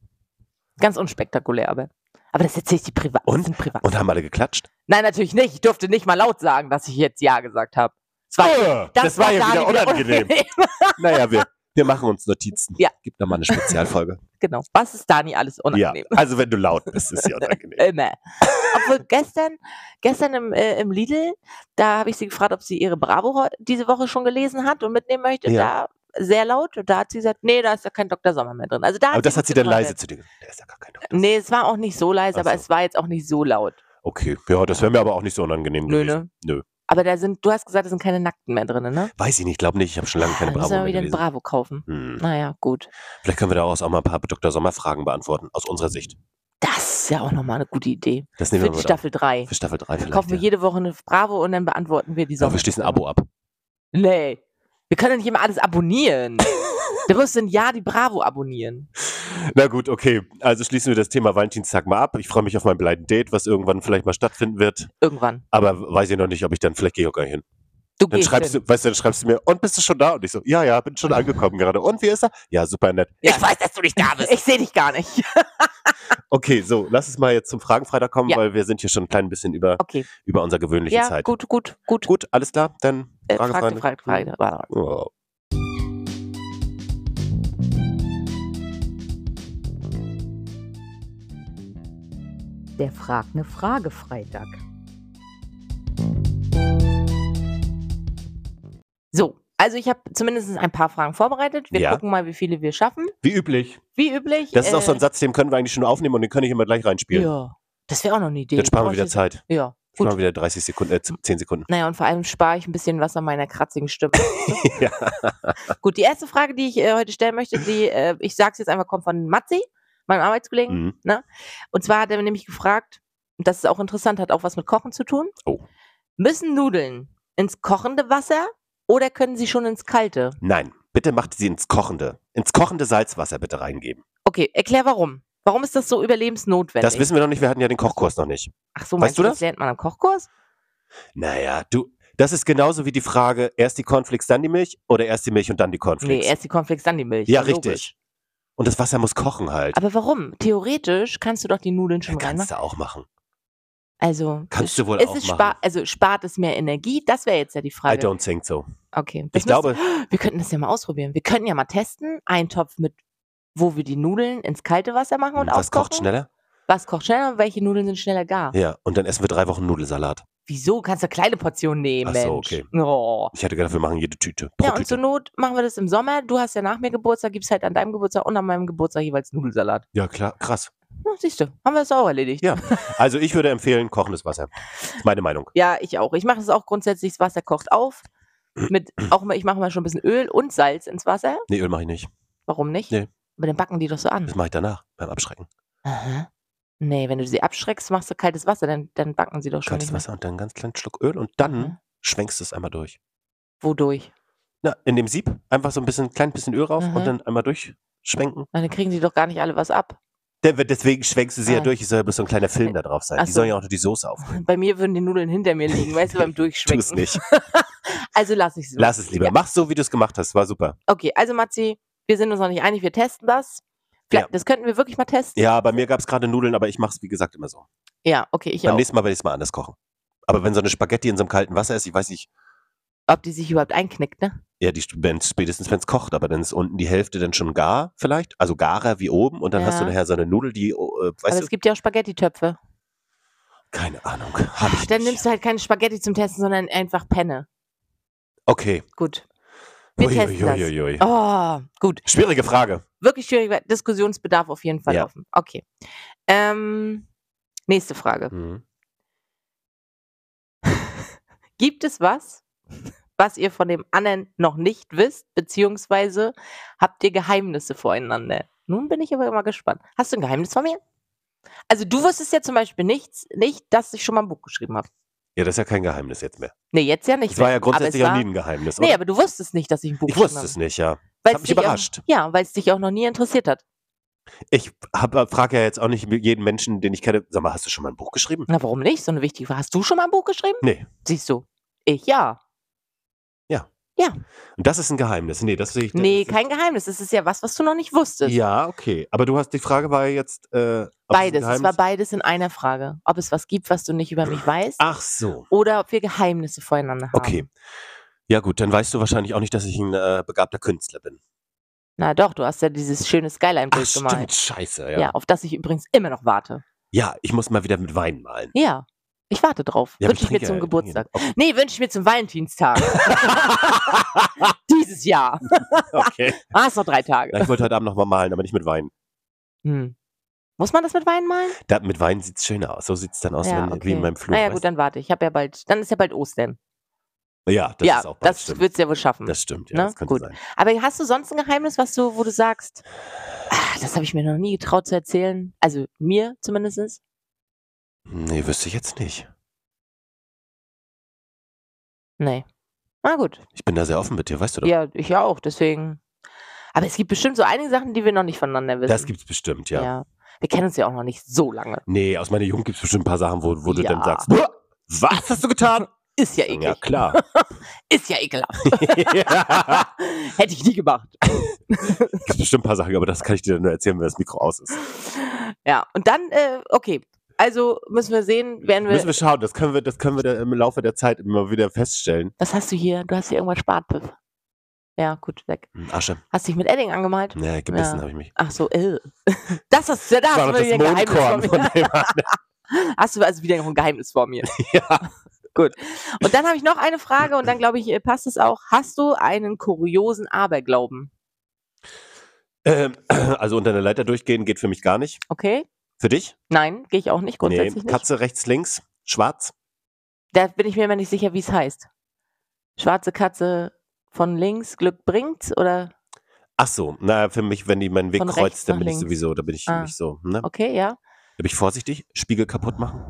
Ganz unspektakulär, aber. Aber das erzähle ich die privat.
Und?
Das sind privat.
Und haben alle geklatscht?
Nein, natürlich nicht. Ich durfte nicht mal laut sagen, dass ich jetzt Ja gesagt habe. Es war
Äh, Das, war ja wieder
Daniel
unangenehm. naja, wir, wir machen uns Notizen.
Ja.
Gibt nochmal eine Spezialfolge.
genau. Was ist Dani alles
ja.
unangenehm?
Also, wenn du laut bist, ist ja unangenehm.
Immer. Obwohl gestern, gestern im, äh, im Lidl, da habe ich sie gefragt, ob sie ihre Bravo heu- diese Woche schon gelesen hat und mitnehmen möchte.
Ja.
Da sehr laut. Und da hat sie gesagt, nee, da ist ja kein Dr. Sommer mehr drin. Also da
Aber das hat sie
gut
dann leise
geredet.
zu dir gesagt. Der ist ja gar kein Doktor.
Nee, es war auch nicht so leise,
Ach
aber
so.
es war jetzt auch nicht so laut.
Okay, ja, das wäre mir aber auch nicht so unangenehm
Nö,
gewesen.
ne?
Nö.
Aber da sind, du hast gesagt, da sind keine Nackten mehr drin, ne?
Weiß ich nicht, glaube nicht. Ich habe schon lange keine
Dann müssen wir
Bravo mehr
Ah, wieder ein
gelesen.
Bravo kaufen.
Hm.
Naja, gut.
Vielleicht können wir daraus auch mal ein paar Dr. Sommer-Fragen beantworten, aus unserer Sicht.
Das ist ja auch nochmal eine gute Idee.
Das nehmen
Für die
wir mal mit auf.
Staffel 3.
Für Staffel 3 vielleicht.
Kaufen wir
ja.
jede Woche eine Bravo und dann beantworten wir die
ja,
Sachen.
wir schließen ein Abo ab.
Nee. Wir können ja nicht immer alles abonnieren. da musst du ein Jahr die Bravo abonnieren.
Na gut, okay. Also schließen wir das Thema Valentinstag mal ab. Ich freue mich auf mein Blind Date, was irgendwann vielleicht mal stattfinden wird.
Irgendwann.
Aber weiß ich noch nicht, ob ich dann vielleicht gehe ich auch gar nicht hin.
Du
Dann
gehst
schreibst
hin.
du, weißt du, dann schreibst du mir, und bist du schon da? Und ich so, ja, ja, bin schon angekommen gerade. Und wie ist er? Ja, super nett.
Ja.
Ich weiß, dass du nicht da bist.
Ich sehe dich gar nicht.
Okay, so, lass es mal jetzt zum Fragenfreitag kommen,
Ja.
weil wir sind hier schon ein klein bisschen über,
Okay.
über unserer gewöhnlichen
Ja,
Zeit.
gut, gut, gut.
Gut, alles klar, dann
Äh,
Fragefreitag.
Frage, Frage, Frage, Frage.
Oh.
Der Frag ne Frage Freitag.
So, also ich habe zumindest ein paar Fragen vorbereitet. Wir
Ja.
gucken mal, wie viele wir schaffen.
Wie üblich.
Wie üblich.
Das ist auch so ein
äh,
Satz, den können wir eigentlich schon aufnehmen und den kann ich immer gleich reinspielen.
Ja, das wäre auch noch eine Idee.
Dann sparen wir
Brauche
wieder
ich
Zeit.
jetzt- Ja,
Sparen wir
gut. Hm.
wieder 30 Sekunden, äh, 10 Sekunden.
Naja, und vor allem spare ich ein bisschen was an meiner kratzigen Stimme.
Ja.
Gut, die erste Frage, die ich äh, heute stellen möchte, die, äh, ich sage es jetzt einfach, kommt von Matzi, meinem Arbeitskollegen.
Mhm.
Und zwar hat er nämlich gefragt, und das ist auch interessant, hat auch was mit Kochen zu tun.
Oh.
Müssen Nudeln ins kochende Wasser oder können sie schon ins kalte?
Nein, bitte macht sie ins kochende. Ins kochende Salzwasser bitte reingeben.
Okay, erklär warum. Warum ist das so überlebensnotwendig?
Das wissen wir noch nicht, wir hatten ja den Kochkurs noch nicht.
Ach so,
weißt
meinst
du
du
das?
das? lernt man am Kochkurs?
Naja, du, das ist genauso wie die Frage, erst die Cornflakes, dann die Milch oder erst die Milch und dann die Cornflakes.
Nee, erst die Cornflakes, dann die Milch.
ja,
Logisch.
richtig. Und das Wasser muss kochen halt.
Aber warum? Theoretisch kannst du doch die Nudeln schon
kannst
reinmachen.
du auch machen.
Also,
Kannst du wohl
ist
auch
es
machen.
spar also spart es mehr Energie? Das wäre jetzt ja die
I
Frage.
don't think so.
Okay.
Ich
Das müsste-
glaube,
Wir könnten das ja mal ausprobieren. Wir könnten ja mal testen, einen Topf mit, wo wir die Nudeln ins kalte Wasser machen und
was
auskochen.
kocht schneller?
Was kocht schneller und welche Nudeln sind schneller gar?
Ja, und dann essen wir drei Wochen Nudelsalat.
Wieso? Kannst du kleine Portionen nehmen,
Ach so,
Mensch.
okay.
Oh.
Ich hätte gedacht, wir machen jede Tüte. Pro
Ja, und zur
Tüte.
Not machen wir das im Sommer. Du hast ja nach mir Geburtstag, gibst halt an deinem Geburtstag und an meinem Geburtstag jeweils Nudelsalat.
ja, klar, krass.
Na, siehst du, haben wir das auch erledigt.
Ja. Also ich würde empfehlen, kochendes Wasser. Ist meine Meinung.
Ja, ich auch. Ich mache das auch grundsätzlich, das Wasser kocht auf. Mit, auch mal, ich mache mal schon ein bisschen Öl und Salz ins Wasser.
Nee, Öl mache ich nicht.
Warum nicht?
Nee.
Aber dann backen die doch so an.
Das mache ich danach, beim Abschrecken.
Aha. Nee, wenn du sie abschreckst, machst du kaltes Wasser, dann, dann backen sie doch schon.
Kaltes
nicht mehr.
Wasser und dann einen ganz kleinen Schluck Öl und dann
Mhm.
schwenkst du es einmal durch.
Wodurch?
Na, in dem Sieb einfach so ein bisschen, klein bisschen Öl rauf
Mhm.
und dann einmal durchschwenken.
Na, Dann kriegen sie doch gar nicht alle was ab.
Der wird- Deswegen schwenkst du sie ja
Ah.
durch, es soll ja bloß so ein kleiner Film da drauf sein.
Ach
Die
so.
sollen ja auch nur die Soße aufnehmen.
Bei mir würden die Nudeln hinter mir liegen, weißt du, beim
Tu es
Durchschwenken.
nicht.
Also lass ich so.
Lass es lieber.
Ja.
Mach so, wie du es gemacht hast. War super.
Okay, also Matzi, wir sind uns noch nicht einig, wir testen das. Vielleicht,
Ja.
Das könnten wir wirklich mal testen.
Ja, bei mir gab es gerade Nudeln, aber ich mache es, wie gesagt, immer so.
Ja, okay, ich
Beim
auch.
nächsten Mal werde ich es mal anders kochen. Aber wenn so eine Spaghetti in so einem kalten Wasser ist, ich weiß nicht,
Ob die sich überhaupt einknickt, ne?
ja, die, wenn, spätestens wenn es kocht, aber dann ist unten die Hälfte dann schon gar vielleicht. Also garer wie oben und dann hast du
Ja.
nachher so eine Nudel, die, oh, äh,
Aber
weißt
es gibt ja auch Spaghetti-Töpfe.
du, keine Ahnung. Hab ich
Dann
nicht.
nimmst du halt keine Spaghetti zum Testen, sondern einfach Penne.
Okay.
Gut. Wir testen das.
Uiuiuiui.
Oh, gut.
Schwierige Frage.
Wirklich schwieriger Diskussionsbedarf auf jeden Fall
Ja.
offen. Okay. Ähm, nächste Frage. Gibt es was, was ihr von dem anderen noch nicht wisst, beziehungsweise habt ihr Geheimnisse voreinander? Nun bin ich aber immer gespannt. Hast du ein Geheimnis von mir? Also du wusstest ja zum Beispiel nichts, nicht, dass ich schon mal ein Buch geschrieben habe.
Ja, das ist ja kein Geheimnis jetzt mehr.
Nee, jetzt ja nicht.
Es war
mehr,
ja
aber es
grundsätzlich auch
war-
nie ein Geheimnis.
Nee,
oder?
aber du wusstest nicht, dass ich ein Buch
ich
geschrieben
wusste es nicht, ja.
Weil's
hat mich
dich auch-
überrascht.
Ja, weil es dich auch noch nie interessiert hat.
Ich frage ja jetzt auch nicht jeden Menschen, den ich kenne, sag mal, hast du schon mal ein Buch geschrieben?
Na, warum nicht? So eine wichtige Frage. Hast du schon mal ein Buch geschrieben?
Nee.
Siehst du. Ich ja.
Und das ist ein Geheimnis. Nee, das sehe ich
Nee,
das ist-
kein Geheimnis. Es ist ja was, was du noch nicht wusstest.
Ja, okay. Aber du hast, die Frage war ja jetzt. Äh, ob es ein
beides. Es war
Geheimnis-
beides in einer Frage. Ob es was gibt, was du nicht über mich weißt.
Ach so.
oder ob wir Geheimnisse voreinander haben.
Ah. Okay. Ja, gut, dann weißt du wahrscheinlich auch nicht, dass ich ein äh, begabter Künstler bin.
Na doch, du hast ja dieses schöne
Ach,
Skyline-Bild
stimmt,
gemalt.
scheiße,
Ja.
ja. ja.
auf das ich übrigens immer noch warte.
ich muss mal wieder mit Wein malen.
Ja, ich warte drauf.
Ja, aber
wünsche ich mir
trinke
zum
ja-
Geburtstag.
Okay.
Nee, wünsche ich mir zum Valentinstag. Dieses Jahr.
okay.
Ah, ist noch drei Tage.
Ja, ich wollte heute Abend nochmal malen, aber nicht mit Wein.
Hm. Muss man das mit Wein malen?
Da, mit Wein sieht es schöner aus. So sieht es dann aus
ja,
wenn,
okay.
wie in meinem Flur.
Naja,
weißt
gut, dann warte. Ich habe ja bald, dann ist ja bald Ostern.
du? ja, das
ja,
ist auch bald,
das
stimmt.
wird es ja wohl schaffen.
Das stimmt, ja,
Ne?
das könnte
Gut.
sein.
Aber hast du sonst ein Geheimnis, was du, wo du sagst, ah, das habe ich mir noch nie getraut zu erzählen? Also mir zumindest.
Nee, wüsste ich jetzt nicht.
Nee. Na gut.
Ich bin da sehr offen mit dir, weißt du doch.
Ja, ich auch, deswegen. Aber es gibt bestimmt so einige Sachen, die wir noch nicht voneinander wissen.
das gibt's bestimmt, ja.
Wir kennen uns ja auch noch nicht so lange.
Nee, aus meiner Jugend gibt's bestimmt ein paar Sachen, wo, wo du
Ja.
dann sagst, "Buah, was hast du getan?
Ist ja eklig.
ja, klar.
Ist ja ekelhaft.
ja.
Hätte ich nie gemacht.
Gibt bestimmt ein paar Sachen, aber das kann ich dir dann nur erzählen, wenn das Mikro aus ist.
Ja, und dann, äh, okay. Also müssen wir sehen, werden wir.
Müssen wir schauen, das können wir, das können wir dann im Laufe der Zeit immer wieder feststellen.
was hast du hier? Du hast hier irgendwas Spartpfiff. Ja, gut, weg.
Hm, Asche.
Hast dich mit Edding angemalt?
Nee, gebissen
Ja.
habe ich mich.
Ach so, äh. Das hast du, da
Das
hast
war
du mal
doch das
wieder ein Geheimnis
Mondkorn
vor mir.
von dem
Hast du also wieder ein Geheimnis vor mir.
Ja.
Gut. Und dann habe ich noch eine Frage und dann glaube ich, äh, passt es auch. Hast du einen kuriosen Aberglauben?
ähm, Also unter einer Leiter durchgehen geht für mich gar nicht.
Okay?
Für dich?
Nein, gehe ich auch nicht
Nee.
grundsätzlich nicht.
Katze rechts, links, schwarz.
Da bin ich mir immer nicht sicher, wie es heißt. Schwarze Katze von links, Glück bringt oder
Ach so, naja, für mich, wenn die meinen Weg
Von rechts
kreuzt, dann
nach
bin ich
links.
sowieso, da bin ich
Ah.
nicht so. Ne?
okay, ja.
Da bin ich vorsichtig, Spiegel kaputt machen.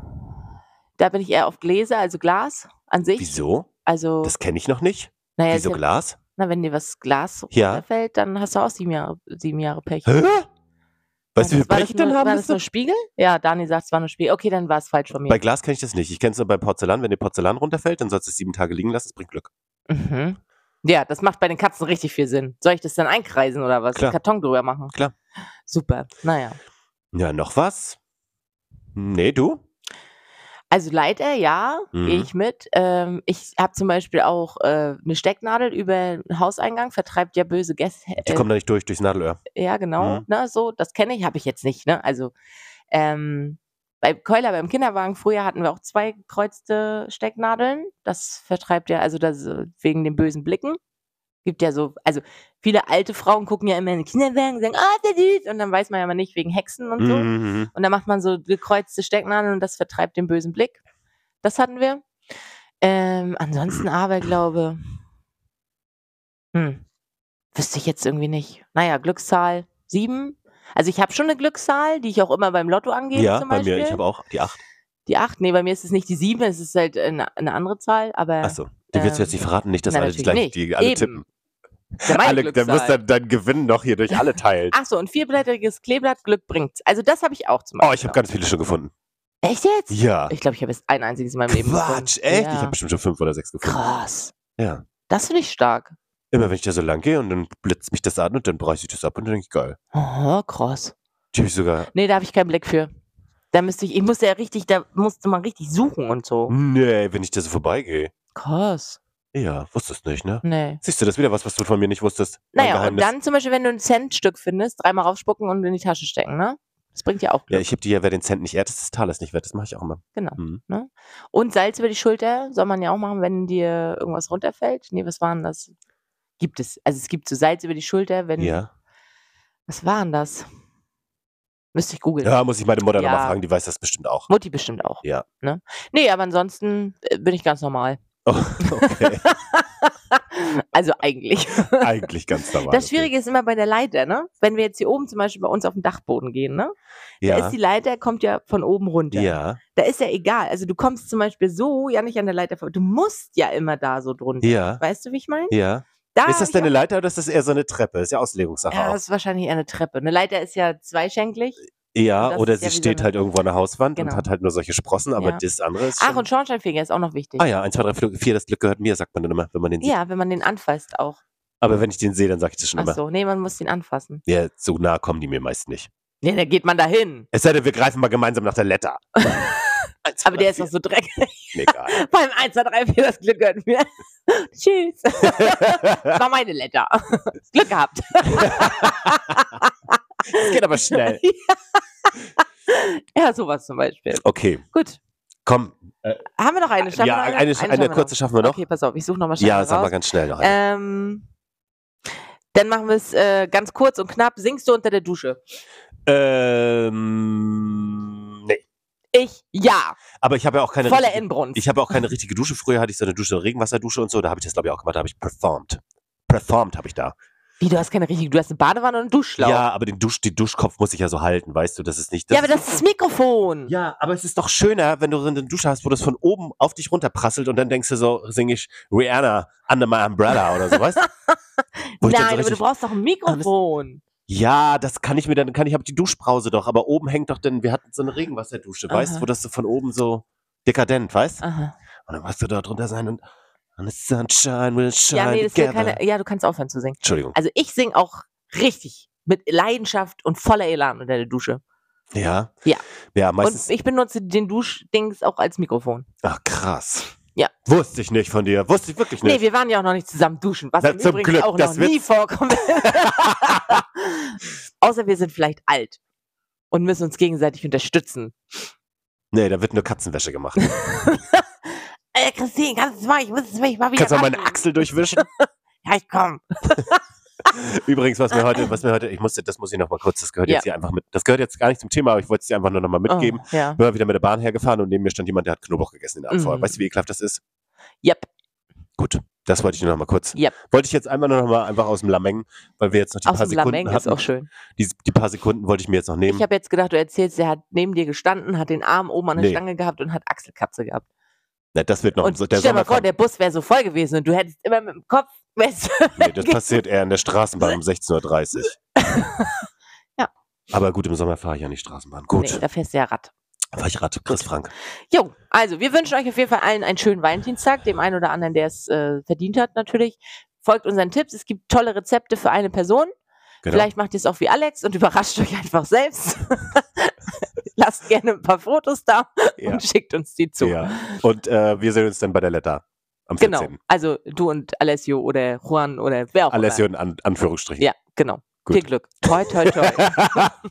Da bin ich eher auf Gläser, also Glas an sich.
Wieso?
Also,
Das kenne ich noch nicht.
naja, ist
Wieso
ja,
Glas?
na, wenn dir was Glas
Ja.
runterfällt, dann hast du auch sieben Jahre, sieben Jahre Pech.
Hä? Weißt
War
du, wie
das-
viel
war
Pech ich
das
dann
nur-
haben
War das nur
müsste?
Spiegel? Ja, Dani sagt, es war nur Spiegel. Okay, dann war es falsch von mir.
Bei Glas kenne ich das nicht. Ich kenne es nur bei Porzellan. Wenn dir Porzellan runterfällt, dann sollst du es sieben Tage liegen lassen. Das bringt Glück.
Mhm. Ja, das macht bei den Katzen richtig viel Sinn. Soll ich das dann einkreisen oder was?
Klar.
Karton drüber machen?
Klar.
Super. Naja.
Ja, noch was? Nee, du?
Also Leiter, ja,
Mhm.
gehe ich mit. Ähm, ich habe zum Beispiel auch äh, eine Stecknadel über den Hauseingang, vertreibt ja böse Gäste.
Die kommen da nicht durch, durchs Nadelöhr.
Ja, genau.
Mhm.
Ne, so, das kenne ich, habe ich jetzt nicht. Ne? Also ähm, bei Keuler beim Kinderwagen früher hatten wir auch zwei gekreuzte Stecknadeln. Das vertreibt ja, also das äh, wegen den bösen Blicken. Gibt ja so, also viele alte Frauen gucken ja immer in den Kinderwagen und sagen, ah, oh, der süß. Und dann weiß man ja mal nicht, wegen Hexen und so.
Mhm.
Und da macht man so gekreuzte Stecknadeln und das vertreibt den bösen Blick. Das hatten wir. Ähm, ansonsten Aberglaube. Hm. Wüsste ich jetzt irgendwie nicht. Naja, Glückszahl 7. Also ich habe schon eine Glückszahl, die ich auch immer beim Lotto angebe
ja,
zum
bei
Beispiel.
mir. Ich habe auch die 8.
die 8, nee, bei mir ist es nicht die 7, es ist halt eine, eine andere Zahl, aber
Achso. Die willst du jetzt nicht verraten, nicht, dass
na,
alle die gleich
Ähm, natürlich
die
nicht.
alle
Eben.
tippen.
ist ja meine
Alle, dann
Glückszahl.
musst du dein Gewinn noch hier durch alle teilen.
Ach so, und vierblättriges Kleeblatt, Glück bringt's. Also das habe ich auch zum Beispiel.
Oh, ich habe ganz viele schon gefunden.
noch. Echt jetzt?
Ja.
Ich glaube, ich habe jetzt ein einziges in meinem Leben
Quatsch,
gefunden.
echt?
Ja.
Ich habe bestimmt schon fünf oder sechs gefunden.
Krass.
Ja.
Das finde ich stark.
Immer wenn ich da so lang gehe und dann blitzt mich das an und dann breche ich das ab und dann denke ich, geil.
Aha, krass.
Die habe ich sogar.
Nee, da habe ich keinen Blick für. Da müsste ich, ich musste ja richtig, da musste man richtig suchen und so.
Hm. Nee, wenn ich da so vorbeigehe.
Krass.
Ja, wusstest nicht, ne?
Nee.
Siehst du das wieder was, was du von mir nicht wusstest? Mein
Naja, und
Geheimnis.
dann zum Beispiel, wenn du ein Centstück findest, dreimal raufspucken und in die Tasche stecken, ne? Das bringt ja auch
Ja,
Glück.
ich heb die ja, wer den Cent nicht ehrt, ist des Talers nicht wert. Das mache ich auch immer.
Genau.
Mhm.
Und Salz über die Schulter soll man ja auch machen, wenn dir irgendwas runterfällt. Nee, was war denn das? Gibt es. Also es gibt so Salz über die Schulter, wenn.
Ja.
Was war denn das? Müsste ich googeln.
ja, muss ich meine Mutter
Ja.
nochmal fragen, die weiß das bestimmt auch.
Mutti bestimmt auch.
Ja.
Ne? Nee, aber ansonsten äh, bin ich ganz normal.
Oh, okay.
also eigentlich.
Eigentlich ganz normal.
Das Schwierige ist immer bei der Leiter, ne? Wenn wir jetzt hier oben zum Beispiel bei uns auf dem Dachboden gehen, ne?
okay. ja.
Da ist die Leiter, kommt ja von oben runter.
ja,
Da ist ja egal. Also du kommst zum Beispiel so ja nicht an der Leiter vorbei. Du musst ja immer da so drunter.
ja,
Weißt du, wie ich meine?
ja.
Da
ist das
hab
denn eine
ich
Leiter oder ist das eher so eine Treppe? Ist ja Auslegungssache
auch- Ah, Ja,
auch. Äh,
das ist wahrscheinlich eher eine Treppe. Eine Leiter ist ja zweischenklich.
Ja,
das
oder
ist ja
sie
wie so
steht
eine-
halt irgendwo an der Hauswand
Genau.
und hat halt nur solche Sprossen, aber
Ja.
das andere ist.
Ach,
schon-
und Schornsteinfeger ist auch noch wichtig.
ah ja, 1, 2, 3, 4, 4, das Glück gehört mir, sagt man dann immer, wenn man den sieht.
Ja, wenn man den anfasst auch.
Aber wenn ich den sehe, dann sage ich das schon
Ach
immer.
so, nee, man muss den anfassen.
Ja, so nah kommen die mir meist nicht.
Nee, da geht man dahin.
Es sei denn, wir greifen mal gemeinsam nach der Letter. Eins, zwei,
Aber der
drei,
ist doch
vier.
so dreckig.
Nee, egal.
Beim 1, 2, 3, 4, das Glück gehört mir. Tschüss. Das war meine Letter. Glück gehabt.
Es geht aber schnell.
Ja, sowas zum Beispiel.
Okay,
Gut.
komm.
Haben wir noch eine? Schaffen
ja,
wir noch
eine, eine,
schaffen wir
kurze schaffen wir
noch.
noch.
Okay, pass auf, ich suche nochmal schnell
ja,
raus.
sag mal ganz schnell noch. eine.
ähm, dann machen wir es äh, ganz kurz und knapp. Singst du unter der Dusche?
Ähm, nee.
Ich, ja.
Aber ich habe ja auch keine.
Voller
richtige-
Inbrunst.
Ich habe auch keine richtige Dusche. Früher hatte ich so eine Dusche, Regenwasserdusche und so. Da habe ich das, glaube ich, auch gemacht. Da habe ich performt. Performt habe ich da.
Wie, du hast keine richtige, du hast eine Badewanne und einen Duschschlauch.
Ja, aber den Dusch, den Duschkopf muss ich ja so halten, weißt du? Das ist nicht. Das
ja aber das ist das Mikrofon.
ja, aber es ist doch schöner, wenn du so eine Dusche hast, wo das von oben auf dich runterprasselt und dann denkst du so, singe ich Rihanna Under My Umbrella oder so, weißt du? Wo ich dann so
Nein, aber du
richtig- Ah,
brauchst doch ein Mikrofon.
Ja, das kann ich mir dann, kann ich, habe die Duschbrause doch, aber oben hängt doch denn, wir hatten so eine Regenwasserdusche, weißt du,
Aha.
wo das so von oben so dekadent, weißt du?
Aha.
Und dann musst du da drunter sein und, and the sunshine will shine
Ja, nee, das will
together.
keine, ja, du kannst aufhören zu singen.
Entschuldigung.
Also ich singe auch richtig mit Leidenschaft und voller Elan unter der Dusche.
Ja.
Ja.
Ja, meistens.
und ich benutze den Duschdings auch als Mikrofon.
Ach, krass.
Ja.
Wusste ich nicht von dir. Wusste ich wirklich nicht.
Nee, wir waren ja auch noch nicht zusammen duschen, was
Na,
im
zum
Übrigen
Glück,
auch noch
das
nie
wird's-
vorkommt. Außer wir sind vielleicht alt und müssen uns gegenseitig unterstützen.
Nee, da wird nur Katzenwäsche gemacht.
Äh, Christine, kannst du es mal? Ich muss es mich mal wieder
Kannst du mal meine
waschen.
Achsel durchwischen?
Ja, ich komm.
Übrigens, was mir heute, was mir heute, ich musste, das muss ich noch mal kurz, das gehört
Ja.
jetzt hier einfach mit, das gehört jetzt gar nicht zum Thema, aber ich wollte es dir einfach nur noch mal mitgeben.
Oh, ja.
Ich bin mal wieder mit der Bahn hergefahren und neben mir stand jemand, der hat Knoblauch gegessen in der Abfahrt.
Mm.
Weißt du, wie ekelhaft das ist?
Yep.
Gut, das wollte ich nur noch mal kurz.
Yep.
Wollte ich jetzt einmal nur noch mal einfach aus dem Lamengen, weil wir jetzt noch die
Aus
paar
dem Lameng
Sekunden
ist auch
hatten.
schön.
Die, die paar Sekunden wollte ich mir jetzt noch nehmen.
Ich habe jetzt gedacht, du erzählst, der hat neben dir gestanden, hat den Arm oben an der
Nee.
Stange gehabt und hat Achselkatze gehabt.
Na, das wird noch,
und
so- der
stell dir
Sommer
mal vor,
kommt.
der Bus wäre so voll gewesen und du hättest immer mit dem Kopf. Weißt du,
Nee, das passiert eher in der Straßenbahn um 16.30 Uhr.
Ja.
Aber gut, im Sommer fahre ich ja nicht Straßenbahn. Gut,
nee, da fährst du ja Rad.
war ich Rad, Chris
Gut.
Frank.
Jo, also wir wünschen euch auf jeden Fall allen einen schönen Valentinstag, dem einen oder anderen, der es äh, verdient hat natürlich. Folgt unseren Tipps, es gibt tolle Rezepte für eine Person.
Genau.
Vielleicht macht ihr es auch wie Alex und überrascht euch einfach selbst. Lasst gerne ein paar Fotos da
ja.
und schickt uns die zu.
Ja. Und äh, wir sehen uns dann bei der Letter am
Genau,
14.
also du und Alessio oder Juan oder wer auch
Alessio
immer.
in An Anführungsstrichen.
Ja, genau.
Gut.
Viel Glück. Toi, toi, toi.